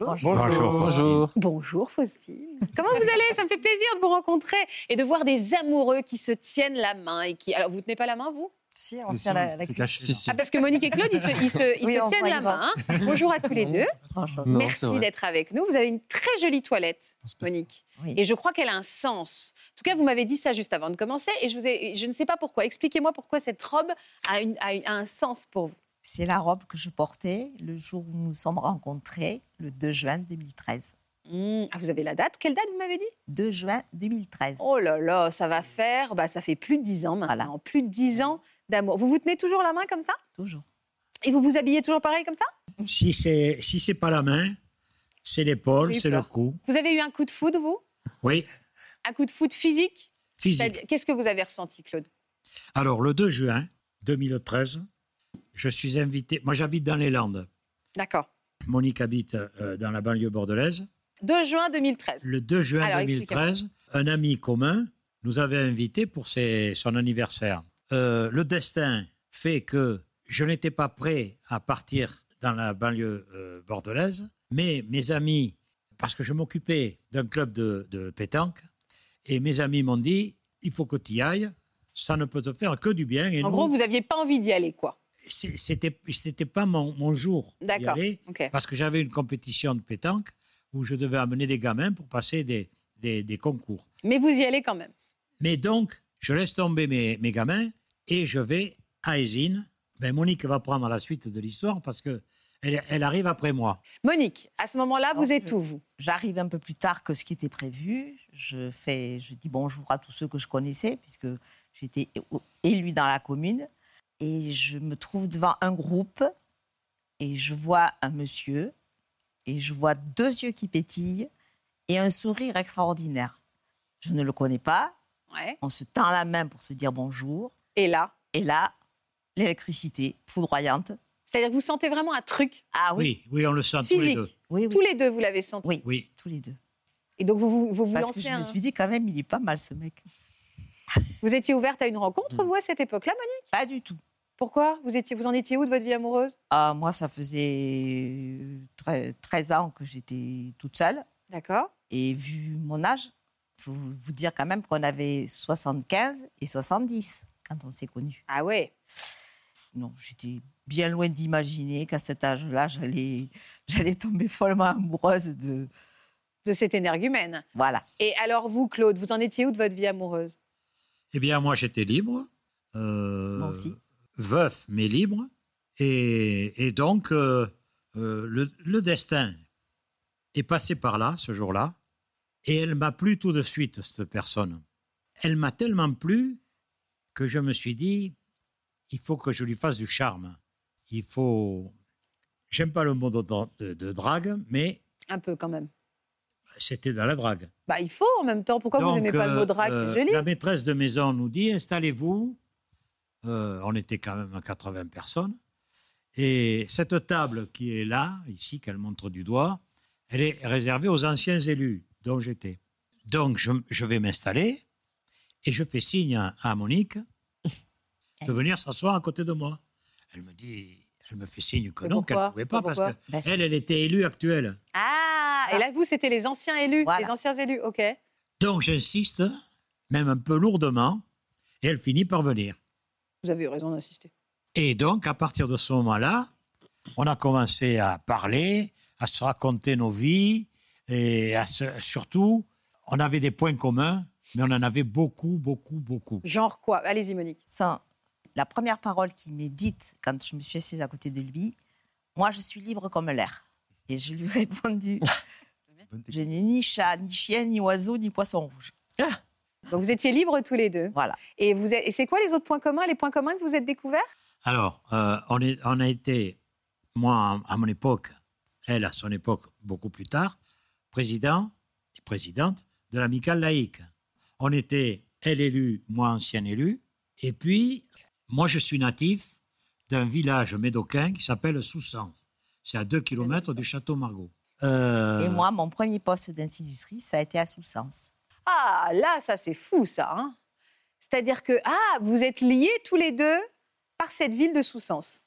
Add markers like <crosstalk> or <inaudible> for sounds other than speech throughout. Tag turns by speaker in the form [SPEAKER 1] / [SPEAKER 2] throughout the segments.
[SPEAKER 1] Bonjour.
[SPEAKER 2] Bonjour.
[SPEAKER 1] Bonjour.
[SPEAKER 3] Bonjour Faustine. Comment vous allez Ça me fait plaisir de vous rencontrer et de voir des amoureux qui se tiennent la main et qui. Alors vous tenez pas la main vous
[SPEAKER 4] Si, on se tient la, la cuisse.
[SPEAKER 1] Si, si.
[SPEAKER 3] Ah parce que Monique et Claude ils se, ils se- ils
[SPEAKER 4] Oui,
[SPEAKER 3] se
[SPEAKER 4] on-
[SPEAKER 3] tiennent
[SPEAKER 4] par
[SPEAKER 3] la
[SPEAKER 4] exemple.
[SPEAKER 3] main. hein. Bonjour à tous les deux.
[SPEAKER 1] Non, c'est
[SPEAKER 3] Merci
[SPEAKER 1] vrai.
[SPEAKER 3] d'être avec nous. Vous avez une très jolie toilette,
[SPEAKER 1] On se peut-
[SPEAKER 3] Monique.
[SPEAKER 4] Oui.
[SPEAKER 3] Et je crois qu'elle a un sens. En tout cas, vous m'avez dit ça juste avant de commencer et je, vous ai- je ne sais pas pourquoi. Expliquez-moi pourquoi cette robe a, une- a une- a un sens pour vous.
[SPEAKER 4] C'est la robe que je portais le jour où nous nous sommes rencontrés, le 2 juin 2013.
[SPEAKER 3] Mmh. Ah, vous avez la date Quelle date vous m'avez dit
[SPEAKER 4] 2 juin 2013.
[SPEAKER 3] Oh là là, ça va faire, bah, ça fait plus de dix ans maintenant,
[SPEAKER 4] Voilà.
[SPEAKER 3] plus de dix ans d'amour. Vous vous tenez toujours la main comme ça
[SPEAKER 4] Toujours.
[SPEAKER 3] Et vous vous habillez toujours pareil comme ça
[SPEAKER 5] Si c'est si c'est pas la main, c'est l'épaule,
[SPEAKER 3] J'ai eu
[SPEAKER 5] c'est le
[SPEAKER 3] peur.
[SPEAKER 5] cou.
[SPEAKER 3] Vous avez eu un coup de foudre, vous
[SPEAKER 5] Oui,
[SPEAKER 3] Un coup de foudre physique
[SPEAKER 5] physique.
[SPEAKER 3] C'est-à-dire- Qu'est-ce que vous avez ressenti, Claude
[SPEAKER 5] Alors le 2 juin 2013, je suis invité. Moi, j'habite dans les Landes.
[SPEAKER 3] D'accord.
[SPEAKER 5] Monique habite euh, dans la banlieue bordelaise.
[SPEAKER 3] 2 juin 2013.
[SPEAKER 5] Le 2 juin
[SPEAKER 3] Alors,
[SPEAKER 5] 2013, un ami commun nous avait invités pour ses- son anniversaire. Euh, le destin fait que je n'étais pas prêt à partir dans la banlieue euh, bordelaise, mais mes amis, parce que je m'occupais d'un club de, de pétanque, et mes amis m'ont dit il faut que tu y ailles, ça ne peut te faire que du bien. Et
[SPEAKER 3] En
[SPEAKER 5] nous,
[SPEAKER 3] gros, vous n'aviez pas envie d'y aller, quoi.
[SPEAKER 5] c'est- c'était c'était pas mon, mon jour d'y
[SPEAKER 3] D'accord.
[SPEAKER 5] aller,
[SPEAKER 3] Ok.
[SPEAKER 5] parce que j'avais une compétition de pétanque où je devais amener des gamins pour passer des, des, des concours.
[SPEAKER 3] Mais vous y allez quand même.
[SPEAKER 5] Mais donc, je laisse tomber mes, mes gamins et je vais à Aisine. Ben, Monique va prendre la suite de l'histoire parce que elle, elle arrive après moi.
[SPEAKER 3] Monique, à ce moment-là, vous
[SPEAKER 4] Non,
[SPEAKER 3] êtes
[SPEAKER 4] Ah, je-
[SPEAKER 3] où, vous
[SPEAKER 4] J'arrive un peu plus tard que ce qui était prévu. Je, fais, je dis bonjour à tous ceux que je connaissais, puisque j'étais é- élue dans la commune. Et je me trouve devant un groupe, et je vois un monsieur, et je vois deux yeux qui pétillent, et un sourire extraordinaire. Je ne le connais pas,
[SPEAKER 3] Ouais.
[SPEAKER 4] on se tend la main pour se dire bonjour,
[SPEAKER 3] Et là
[SPEAKER 4] et là, l'électricité foudroyante.
[SPEAKER 3] C'est-à-dire que vous sentez vraiment un truc
[SPEAKER 4] Ah oui,
[SPEAKER 5] Oui, oui, on le sent tous les
[SPEAKER 3] physique.
[SPEAKER 5] deux.
[SPEAKER 4] oui, oui,
[SPEAKER 3] Tous les deux, vous l'avez senti.
[SPEAKER 4] oui,
[SPEAKER 5] Oui.
[SPEAKER 4] tous les deux.
[SPEAKER 3] Et donc, vous vous, vous, vous
[SPEAKER 4] Parce que
[SPEAKER 3] lancez
[SPEAKER 4] je
[SPEAKER 3] un-
[SPEAKER 4] me suis dit quand même, il est pas mal ce mec.
[SPEAKER 3] Vous étiez ouverte à une rencontre, vous, à cette époque-là, Monique
[SPEAKER 4] Pas du tout.
[SPEAKER 3] Pourquoi vous, étiez, vous en étiez où de votre vie amoureuse
[SPEAKER 4] Ah, moi, ça faisait tre- 13 ans que j'étais toute seule.
[SPEAKER 3] D'accord.
[SPEAKER 4] Et vu mon âge, faut vous dire quand même qu'on avait 75 et 70 quand on s'est connus.
[SPEAKER 3] Ah ouais.
[SPEAKER 4] Non, j'étais bien loin d'imaginer qu'à cet âge-là, j'allais j'allais tomber follement amoureuse de...
[SPEAKER 3] De cet énergumène.
[SPEAKER 4] Voilà.
[SPEAKER 3] Et alors, vous, Claude, vous en étiez où de votre vie amoureuse
[SPEAKER 5] Eh bien, moi, j'étais libre. euh,
[SPEAKER 4] Moi aussi.
[SPEAKER 5] Veuf, mais libre. Et, et donc, euh, euh, le, le destin est passé par là, ce jour-là. Et elle m'a plu tout de suite, cette personne. Elle m'a tellement plu que je me suis dit, il faut que je lui fasse du charme. Il faut... J'aime pas le mot de, de- de drague, mais
[SPEAKER 3] Un peu, quand même.
[SPEAKER 5] c'était dans la drague.
[SPEAKER 3] Bah, il faut en même temps. Pourquoi vous
[SPEAKER 5] Donc,
[SPEAKER 3] n'aimez pas le mot
[SPEAKER 5] euh,
[SPEAKER 3] drague
[SPEAKER 5] euh,
[SPEAKER 3] C'est joli.
[SPEAKER 5] La maîtresse de maison nous dit installez-vous. Euh, on était quand même à 80 personnes. Et cette table qui est là, ici, qu'elle montre du doigt, elle est réservée aux anciens élus, dont j'étais. Donc, je, je vais m'installer et je fais signe à, à Monique
[SPEAKER 3] <laughs>
[SPEAKER 5] de venir s'asseoir à côté de moi. Elle me dit, elle me fait signe que
[SPEAKER 3] Mais
[SPEAKER 5] non, qu'elle ne
[SPEAKER 3] pourquoi
[SPEAKER 5] pouvait pas, parce
[SPEAKER 3] Pourquoi
[SPEAKER 4] Bah, c'est-
[SPEAKER 5] qu'elle, elle était élue actuelle.
[SPEAKER 3] Ah, et là, vous, c'était les anciens élus.
[SPEAKER 4] Voilà.
[SPEAKER 3] Les anciens élus, OK.
[SPEAKER 5] Donc, j'insiste, même un peu lourdement, et elle finit par venir.
[SPEAKER 3] Vous avez eu raison d'insister.
[SPEAKER 5] Et donc, à partir de ce moment-là, on a commencé à parler, à se raconter nos vies, et à se- surtout, on avait des points communs, mais on en avait beaucoup, beaucoup, beaucoup.
[SPEAKER 3] Genre quoi Allez-y, Monique.
[SPEAKER 4] Sans- la première parole qui m'est dite quand je me suis assise à côté de lui, moi je suis libre comme l'air. Et je lui ai <laughs> répondu, je n'ai ni chat, ni chien, ni oiseau, ni poisson rouge.
[SPEAKER 3] Donc, vous étiez libres tous les deux.
[SPEAKER 4] Voilà.
[SPEAKER 3] Et, vous êtes- et c'est quoi les autres points communs Les points communs que vous êtes découverts
[SPEAKER 5] Alors, euh, on, est- on a été, moi à mon époque, elle à son époque, beaucoup plus tard, président et présidente de l'amicale laïque. On était, elle élue, moi ancien élu, Et puis, moi, je suis natif d'un village médocain qui s'appelle Soussan. C'est à 2 km du château Margot. Euh,
[SPEAKER 4] Et moi, mon premier poste d'institutrice, ça a été à Soussens.
[SPEAKER 3] Ah, là, ça, c'est fou, ça. hein. C'est-à-dire que, ah, vous êtes liés tous les deux par cette ville de Soussens.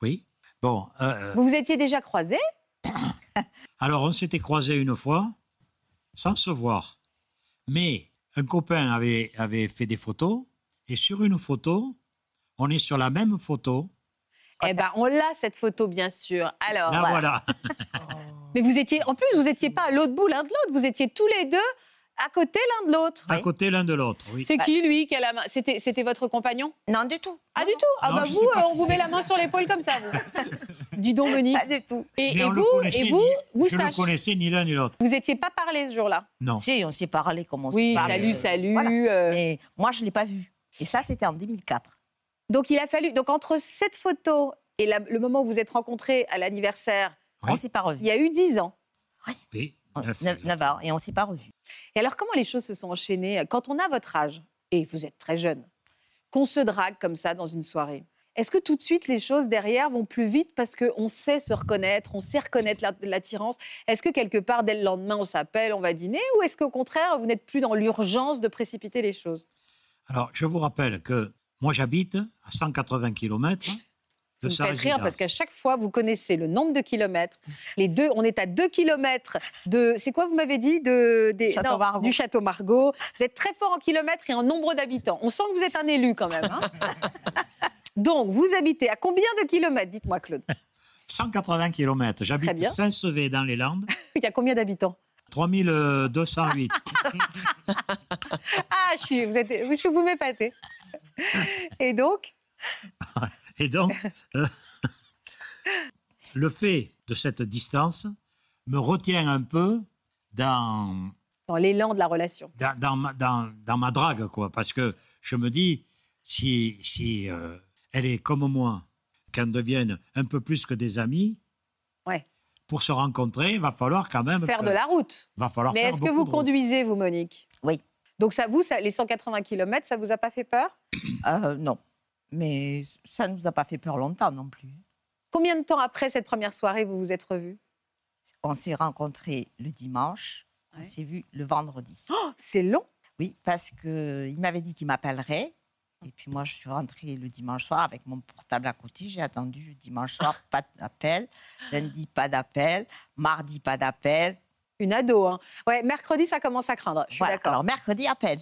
[SPEAKER 5] Oui. Bon, euh,
[SPEAKER 3] Vous vous étiez déjà croisés
[SPEAKER 5] Alors, on s'était croisés une fois, sans se voir. Mais un copain avait, avait fait des photos, et sur une photo, on est sur la même photo.
[SPEAKER 3] Eh ben, on l'a, cette photo, bien sûr. Alors,
[SPEAKER 5] Là,
[SPEAKER 3] Ah, voilà. <laughs>
[SPEAKER 5] voilà.
[SPEAKER 3] Mais vous étiez, en plus, vous n'étiez pas à l'autre bout l'un de l'autre, vous étiez tous les deux à côté l'un de l'autre.
[SPEAKER 5] à côté l'un de l'autre. Oui.
[SPEAKER 3] C'est
[SPEAKER 4] Bah-
[SPEAKER 3] qui, lui, qui a la main C'était c'était votre compagnon
[SPEAKER 4] Non, du tout.
[SPEAKER 3] Ah, du tout Ah,
[SPEAKER 5] Non,
[SPEAKER 3] bah
[SPEAKER 5] je
[SPEAKER 3] vous,
[SPEAKER 5] sais pas
[SPEAKER 3] euh, on
[SPEAKER 5] qui
[SPEAKER 3] vous
[SPEAKER 5] c'est.
[SPEAKER 3] met la main sur l'épaule comme ça,
[SPEAKER 5] <laughs>
[SPEAKER 3] vous. Dis donc, Monique.
[SPEAKER 4] Pas du tout.
[SPEAKER 3] Et,
[SPEAKER 5] Mais
[SPEAKER 3] et
[SPEAKER 5] on le
[SPEAKER 3] vous,
[SPEAKER 5] connaissait
[SPEAKER 3] et vous,
[SPEAKER 5] ni- Je ne le
[SPEAKER 3] moustache.
[SPEAKER 5] connaissais ni l'un ni l'autre.
[SPEAKER 3] Vous n'étiez pas parlé ce jour-là.
[SPEAKER 5] Non.
[SPEAKER 4] Si, on s'est parlé comme on
[SPEAKER 3] Oui,
[SPEAKER 4] se parle.
[SPEAKER 3] salut,
[SPEAKER 4] euh,
[SPEAKER 3] salut.
[SPEAKER 4] voilà.
[SPEAKER 3] euh.
[SPEAKER 4] Mais moi, je ne l'ai pas vu. Et ça, c'était en 2004.
[SPEAKER 3] Donc, il a fallu. Donc, entre cette photo et la- le moment où vous êtes rencontrés à l'anniversaire,
[SPEAKER 5] Oui.
[SPEAKER 4] On ne s'est pas
[SPEAKER 3] il
[SPEAKER 4] revus.
[SPEAKER 3] y a eu 10 ans.
[SPEAKER 5] Oui.
[SPEAKER 3] Oh,
[SPEAKER 4] On-
[SPEAKER 5] neuf,
[SPEAKER 4] neuf- neuf
[SPEAKER 3] ah.
[SPEAKER 4] ans, et on ne s'est pas revus.
[SPEAKER 3] Et alors, comment les choses se sont enchaînées euh, Quand on a votre âge, et vous êtes très jeune, qu'on se drague comme ça dans une soirée, est-ce que tout de suite les choses derrière vont plus vite parce qu'on sait se reconnaître, on sait reconnaître la- l'attirance Est-ce que quelque part, dès le lendemain, on s'appelle, on va dîner Ou est-ce qu'au contraire, vous n'êtes plus dans l'urgence de précipiter les choses
[SPEAKER 5] Alors, je vous rappelle que moi, j'habite à 180 km de
[SPEAKER 3] Vous me
[SPEAKER 5] sa
[SPEAKER 3] faites rire
[SPEAKER 5] résidence.
[SPEAKER 3] parce qu'à chaque fois, vous connaissez le nombre de kilomètres. Les deux, on est à 2 kilomètres de. C'est quoi, vous m'avez dit de, des-
[SPEAKER 4] Château
[SPEAKER 3] non,
[SPEAKER 4] Margaux.
[SPEAKER 3] Du château Margot. Vous êtes très fort en kilomètres et en nombre d'habitants. On sent que vous êtes un élu quand même.
[SPEAKER 4] <laughs>
[SPEAKER 3] hein. Donc, vous habitez à combien de kilomètres Dites-moi, Claude.
[SPEAKER 5] 180 km.
[SPEAKER 3] Très
[SPEAKER 5] J'habite
[SPEAKER 3] bien.
[SPEAKER 5] Saint-Sevé dans les Landes,
[SPEAKER 3] Il y a combien d'habitants
[SPEAKER 5] 3208.
[SPEAKER 3] Ah, je, suis, vous êtes, je vous m'épatez. Et donc,
[SPEAKER 5] Et donc, euh, le fait de cette distance me retient un peu dans,
[SPEAKER 3] dans l'élan de la relation.
[SPEAKER 5] dans, dans ma, dans- dans ma drague, quoi. Parce que je me dis, si, si euh, elle est comme moi, qu'elles deviennent un peu plus que des amis,
[SPEAKER 3] Ouais.
[SPEAKER 5] pour se rencontrer, il va falloir quand même...
[SPEAKER 3] Faire
[SPEAKER 5] que-
[SPEAKER 3] de la route.
[SPEAKER 5] va falloir
[SPEAKER 3] Mais
[SPEAKER 5] faire
[SPEAKER 3] est-ce que
[SPEAKER 5] beaucoup
[SPEAKER 3] vous
[SPEAKER 5] de route.
[SPEAKER 3] conduisez, vous, Monique
[SPEAKER 4] Oui.
[SPEAKER 3] Donc, ça, vous, ça, les 180 kilomètres, ça vous a pas fait peur
[SPEAKER 4] Euh, non. Mais ça ne nous a pas fait peur longtemps non plus.
[SPEAKER 3] Combien de temps après cette première soirée vous vous êtes revus
[SPEAKER 4] On s'est rencontrés le dimanche,
[SPEAKER 3] Ouais.
[SPEAKER 4] on s'est vus le vendredi.
[SPEAKER 3] Oh, C'est long.
[SPEAKER 4] Oui, parce qu'il m'avait dit qu'il m'appellerait. Et puis moi, je suis rentrée le dimanche soir avec mon portable à côté. J'ai attendu le dimanche
[SPEAKER 3] Ah.
[SPEAKER 4] soir, pas d'appel. Lundi, pas d'appel. Mardi, pas d'appel.
[SPEAKER 3] Une ado. Hein. Ouais, mercredi, ça commence à craindre. Je suis
[SPEAKER 4] Voilà.
[SPEAKER 3] d'accord.
[SPEAKER 4] Alors mercredi, appel.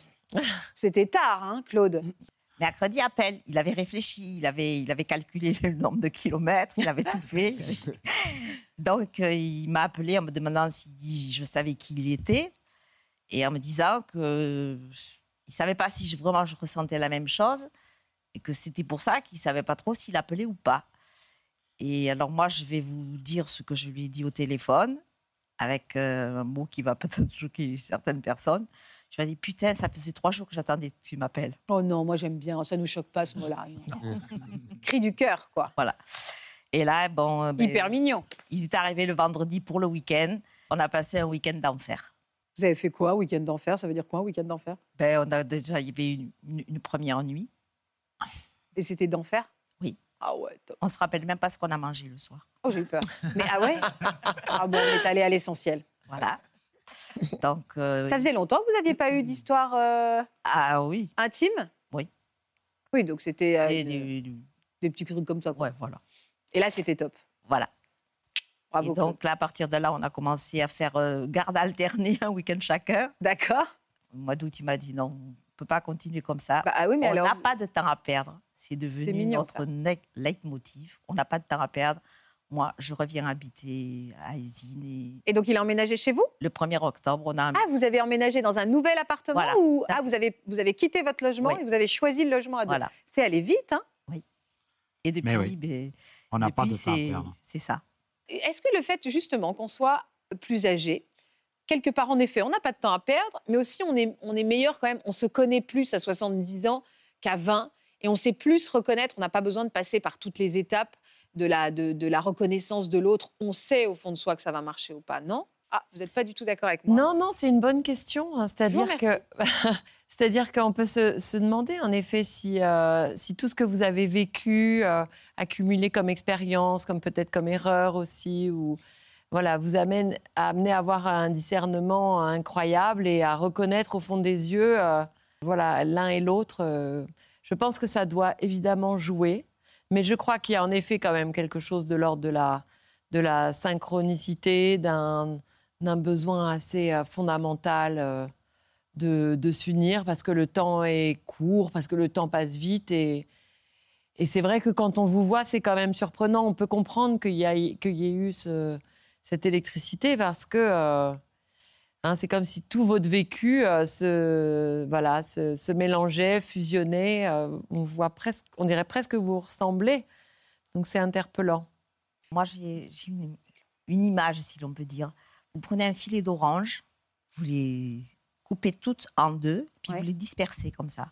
[SPEAKER 3] C'était tard, hein, Claude.
[SPEAKER 4] Mm. Mercredi, appel. Il avait réfléchi, il avait, il avait calculé le nombre de kilomètres, il avait tout fait. Donc, euh, il m'a appelé en me demandant si je savais qui il était et en me disant que il savait pas si je- vraiment je ressentais la même chose et que c'était pour ça qu'il savait pas trop s'il appelait ou pas. Et alors moi, je vais vous dire ce que je lui ai dit au téléphone avec euh, un mot qui va peut-être <laughs> choquer certaines personnes. Je lui ai dit putain, ça faisait trois jours que j'attendais que tu m'appelles.
[SPEAKER 3] Oh non, moi j'aime bien. Ça nous choque pas ce mot-là. <laughs> Cri du cœur, quoi.
[SPEAKER 4] Et là, bon, ben,
[SPEAKER 3] Hyper mignon.
[SPEAKER 4] il est arrivé le vendredi pour le week-end. On a passé un week-end d'enfer.
[SPEAKER 3] Vous avez fait quoi, week-end d'enfer Ça veut dire quoi, week-end d'enfer
[SPEAKER 4] Ben, on a déjà il y avait une, une- une première nuit.
[SPEAKER 3] Et c'était d'enfer
[SPEAKER 4] Oui.
[SPEAKER 3] Ah ouais, top.
[SPEAKER 4] On se rappelle même pas ce qu'on a mangé le soir.
[SPEAKER 3] Oh, j'ai eu peur. Mais ah
[SPEAKER 4] <laughs>
[SPEAKER 3] ouais Ah bon, on est allé à l'essentiel.
[SPEAKER 4] Voilà. Donc euh,
[SPEAKER 3] Ça faisait longtemps que vous n'aviez pas eu d'histoire euh,
[SPEAKER 4] ah oui.
[SPEAKER 3] intime
[SPEAKER 4] Oui.
[SPEAKER 3] Oui, donc c'était euh,
[SPEAKER 4] Et
[SPEAKER 3] une-
[SPEAKER 4] du- du-
[SPEAKER 3] des petits trucs comme ça. quoi.
[SPEAKER 4] ouais, voilà.
[SPEAKER 3] Et là, c'était top.
[SPEAKER 4] Voilà.
[SPEAKER 3] Bravo.
[SPEAKER 4] Et donc là, à partir de là, on a commencé à faire euh, garde alternée <laughs> un week-end chacun.
[SPEAKER 3] Claude. D'accord.
[SPEAKER 4] Au mois d'août, il m'a dit non, on peut pas continuer comme ça.
[SPEAKER 3] Bah, ah oui, mais
[SPEAKER 4] on n'a
[SPEAKER 3] alors.
[SPEAKER 4] pas de temps à perdre. C'est devenu
[SPEAKER 3] mignon,
[SPEAKER 4] notre ne- leitmotiv. On n'a pas de temps à perdre. Moi, je reviens habiter à Isine. et
[SPEAKER 3] Et donc, il a emménagé chez vous
[SPEAKER 4] le 1er octobre, on a un
[SPEAKER 3] Ah, vous avez emménagé dans un nouvel appartement
[SPEAKER 4] Voilà.
[SPEAKER 3] ou ah, vous, avez, vous avez quitté votre logement
[SPEAKER 4] Oui.
[SPEAKER 3] et vous avez choisi le logement à deux
[SPEAKER 4] Voilà.
[SPEAKER 3] C'est aller vite. Hein
[SPEAKER 4] Et depuis,
[SPEAKER 5] Mais oui.
[SPEAKER 4] ben,
[SPEAKER 5] On n'a pas de
[SPEAKER 4] depuis,
[SPEAKER 5] temps à
[SPEAKER 4] c'est
[SPEAKER 5] perdre.
[SPEAKER 4] c'est ça.
[SPEAKER 3] Et Est-ce que le fait, justement, qu'on soit plus âgé, quelque part, en effet, on n'a pas de temps à perdre, mais aussi on est, on est meilleur quand même, on se connaît plus à 70 ans qu'à 20 et on sait plus se reconnaître, on n'a pas besoin de passer par toutes les étapes de la, de, de la reconnaissance de l'autre, on sait au fond de soi que ça va marcher ou pas, non Ah, vous n'êtes pas du tout d'accord avec moi.
[SPEAKER 1] Non, non, c'est une bonne question. hein. C'est-à-dire que, <laughs> c'est-à-dire qu'on peut se, se demander en effet si euh, si tout ce que vous avez vécu, euh, accumulé comme expérience, comme peut-être comme erreur aussi, ou voilà, vous amène à amener à avoir un discernement incroyable et à reconnaître au fond des yeux, euh, voilà, l'un et l'autre. euh, je pense que ça doit évidemment jouer, mais je crois qu'il y a en effet quand même quelque chose de l'ordre de la de la synchronicité d'un d'un besoin assez euh, fondamental euh, de, de s'unir parce que le temps est court, parce que le temps passe vite. Et, et c'est vrai que quand on vous voit, c'est quand même surprenant. On peut comprendre qu'il y, a- qu'il y ait eu ce- cette électricité parce que euh, hein, c'est comme si tout votre vécu euh, se, voilà, se, se mélangeait, fusionnait. euh, on, voit presque, on dirait presque que vous ressemblez. Donc c'est interpellant.
[SPEAKER 4] Moi, j'ai j'ai une, une image, si l'on peut dire. Vous prenez un filet d'orange, vous les coupez toutes en deux, puis
[SPEAKER 3] Ouais.
[SPEAKER 4] vous les dispersez comme ça.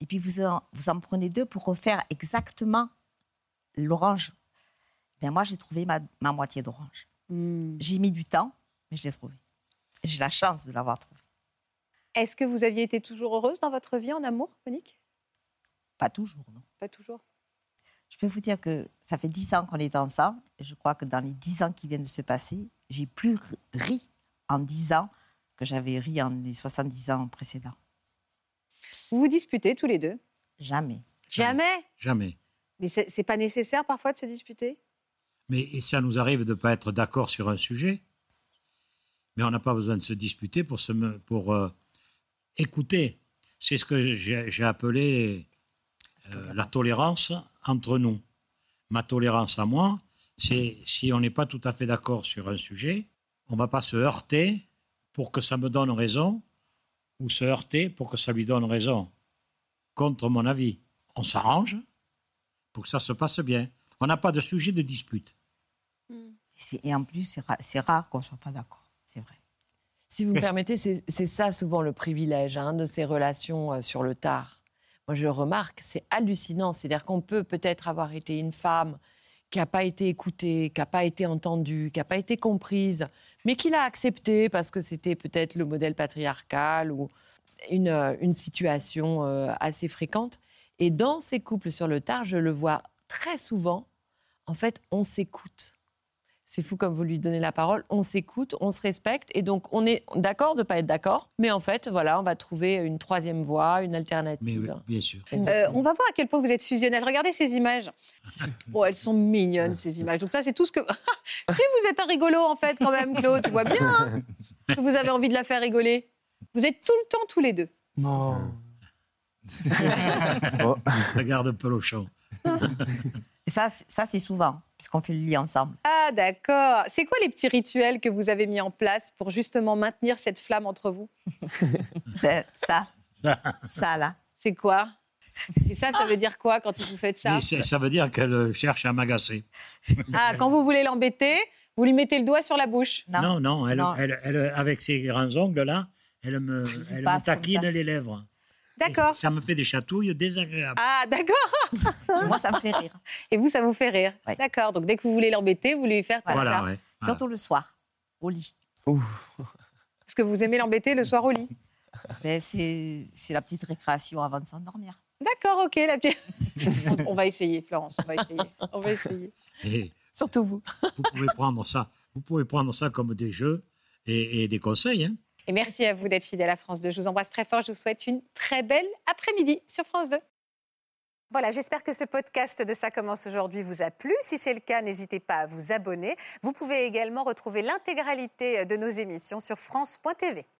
[SPEAKER 4] Et puis vous en, vous en prenez deux pour refaire exactement l'orange. Ben moi, j'ai trouvé ma, ma moitié d'orange.
[SPEAKER 3] Hmm.
[SPEAKER 4] J'ai mis du temps, mais je l'ai trouvée. J'ai la chance de l'avoir trouvée.
[SPEAKER 3] Est-ce que vous aviez été toujours heureuse dans votre vie en amour, Monique
[SPEAKER 4] Pas toujours, non.
[SPEAKER 3] Pas toujours.
[SPEAKER 4] Je peux vous dire que ça fait dix ans qu'on est ensemble. et Je crois que dans les dix ans qui viennent de se passer, j'ai plus r- ri en dix ans que j'avais ri en les 70 ans précédents.
[SPEAKER 3] Vous vous disputez tous les deux
[SPEAKER 4] Jamais.
[SPEAKER 5] Jamais.
[SPEAKER 3] Jamais.
[SPEAKER 5] Jamais.
[SPEAKER 3] Mais c'est c'est pas nécessaire parfois de se disputer
[SPEAKER 5] Mais et ça nous arrive de ne pas être d'accord sur un sujet. Mais on n'a pas besoin de se disputer pour, se, me- pour euh, écouter. C'est ce que j'ai j'ai appelé euh, la tolérance entre nous. Ma tolérance à moi, c'est si on n'est pas tout à fait d'accord sur un sujet, on ne va pas se heurter pour que ça me donne raison ou se heurter pour que ça lui donne raison. Contre mon avis, on s'arrange pour que ça se passe bien. On n'a pas de sujet de dispute.
[SPEAKER 4] Et, c'est- et en plus, c'est ra- c'est rare qu'on ne soit pas d'accord. C'est vrai.
[SPEAKER 1] Si vous me permettez, c'est c'est ça souvent le privilège hein, de ces relations euh, sur le tard. Moi, je remarque, c'est hallucinant. C'est-à-dire qu'on peut peut-être avoir été une femme qui n'a pas été écoutée, qui n'a pas été entendue, qui n'a pas été comprise, mais qui l'a acceptée parce que c'était peut-être le modèle patriarcal ou une, euh, une situation euh, assez fréquente. Et dans ces couples sur le tard, je le vois très souvent, en fait, on s'écoute. C'est fou comme vous lui donnez la parole. On s'écoute, on se respecte. Et donc, on est d'accord de ne pas être d'accord. Mais en fait, voilà, on va trouver une troisième voie, une
[SPEAKER 5] Mais oui,
[SPEAKER 1] alternative.
[SPEAKER 5] bien sûr.
[SPEAKER 3] Euh, on va voir à quel point vous êtes fusionnel. Regardez ces images. Bon, elles sont mignonnes, ces images. Donc, ça, c'est tout ce que. <laughs> si vous êtes un rigolo, en fait, quand même, Claude, tu vois bien hein, que vous avez envie de la faire rigoler. Vous êtes tout le temps tous les deux.
[SPEAKER 2] Non.
[SPEAKER 5] <laughs> Regarde Pelochon.
[SPEAKER 4] Et ça, c'est- ça c'est souvent, puisqu'on fait le
[SPEAKER 3] <laughs>
[SPEAKER 4] lit ensemble.
[SPEAKER 3] Ah, d'accord. C'est quoi les petits rituels que vous avez mis en place pour justement maintenir cette flamme entre vous
[SPEAKER 4] Ça, Euh, ça, ça, là.
[SPEAKER 3] C'est quoi Et ça, ça veut dire quoi quand vous faites ça
[SPEAKER 5] Mais c'est- ça veut dire qu'elle euh, cherche à m'agacer.
[SPEAKER 3] Ah, quand vous voulez l'embêter, vous lui mettez le doigt sur la bouche.
[SPEAKER 4] Non.
[SPEAKER 5] Non, non, elle,
[SPEAKER 4] Non.
[SPEAKER 5] elle- elle, euh, avec ses grands ongles là, elle me, elle me
[SPEAKER 4] passe comme
[SPEAKER 5] taquine
[SPEAKER 4] ça.
[SPEAKER 5] les lèvres.
[SPEAKER 3] D'accord.
[SPEAKER 5] Et Ça me fait des chatouilles désagréables.
[SPEAKER 3] Ah, d'accord.
[SPEAKER 4] Moi, ça me fait rire.
[SPEAKER 3] Et vous, ça vous fait rire.
[SPEAKER 4] Ouais.
[SPEAKER 3] D'accord. Donc, dès que vous voulez l'embêter, vous lui faites comme
[SPEAKER 5] voilà,
[SPEAKER 3] ça.
[SPEAKER 5] ouais. Voilà.
[SPEAKER 4] Surtout le soir, au lit.
[SPEAKER 2] Ouf.
[SPEAKER 3] Parce que vous aimez l'embêter le soir au lit.
[SPEAKER 4] Mais Ben, C'est c'est la petite récréation avant de s'endormir.
[SPEAKER 3] D'accord, ok. La petite... on, on va essayer, Florence. On va essayer. On va essayer.
[SPEAKER 5] Et
[SPEAKER 1] Surtout vous.
[SPEAKER 5] vous pouvez prendre ça, vous pouvez prendre ça comme des jeux et, et des conseils. hein.
[SPEAKER 3] Et merci à vous d'être fidèle à France 2. Je vous embrasse très fort. Je vous souhaite une très belle après-midi sur France 2. Voilà, j'espère que ce podcast de Ça commence aujourd'hui vous a plu. Si c'est le cas, n'hésitez pas à vous abonner. Vous pouvez également retrouver l'intégralité de nos émissions sur France.tv.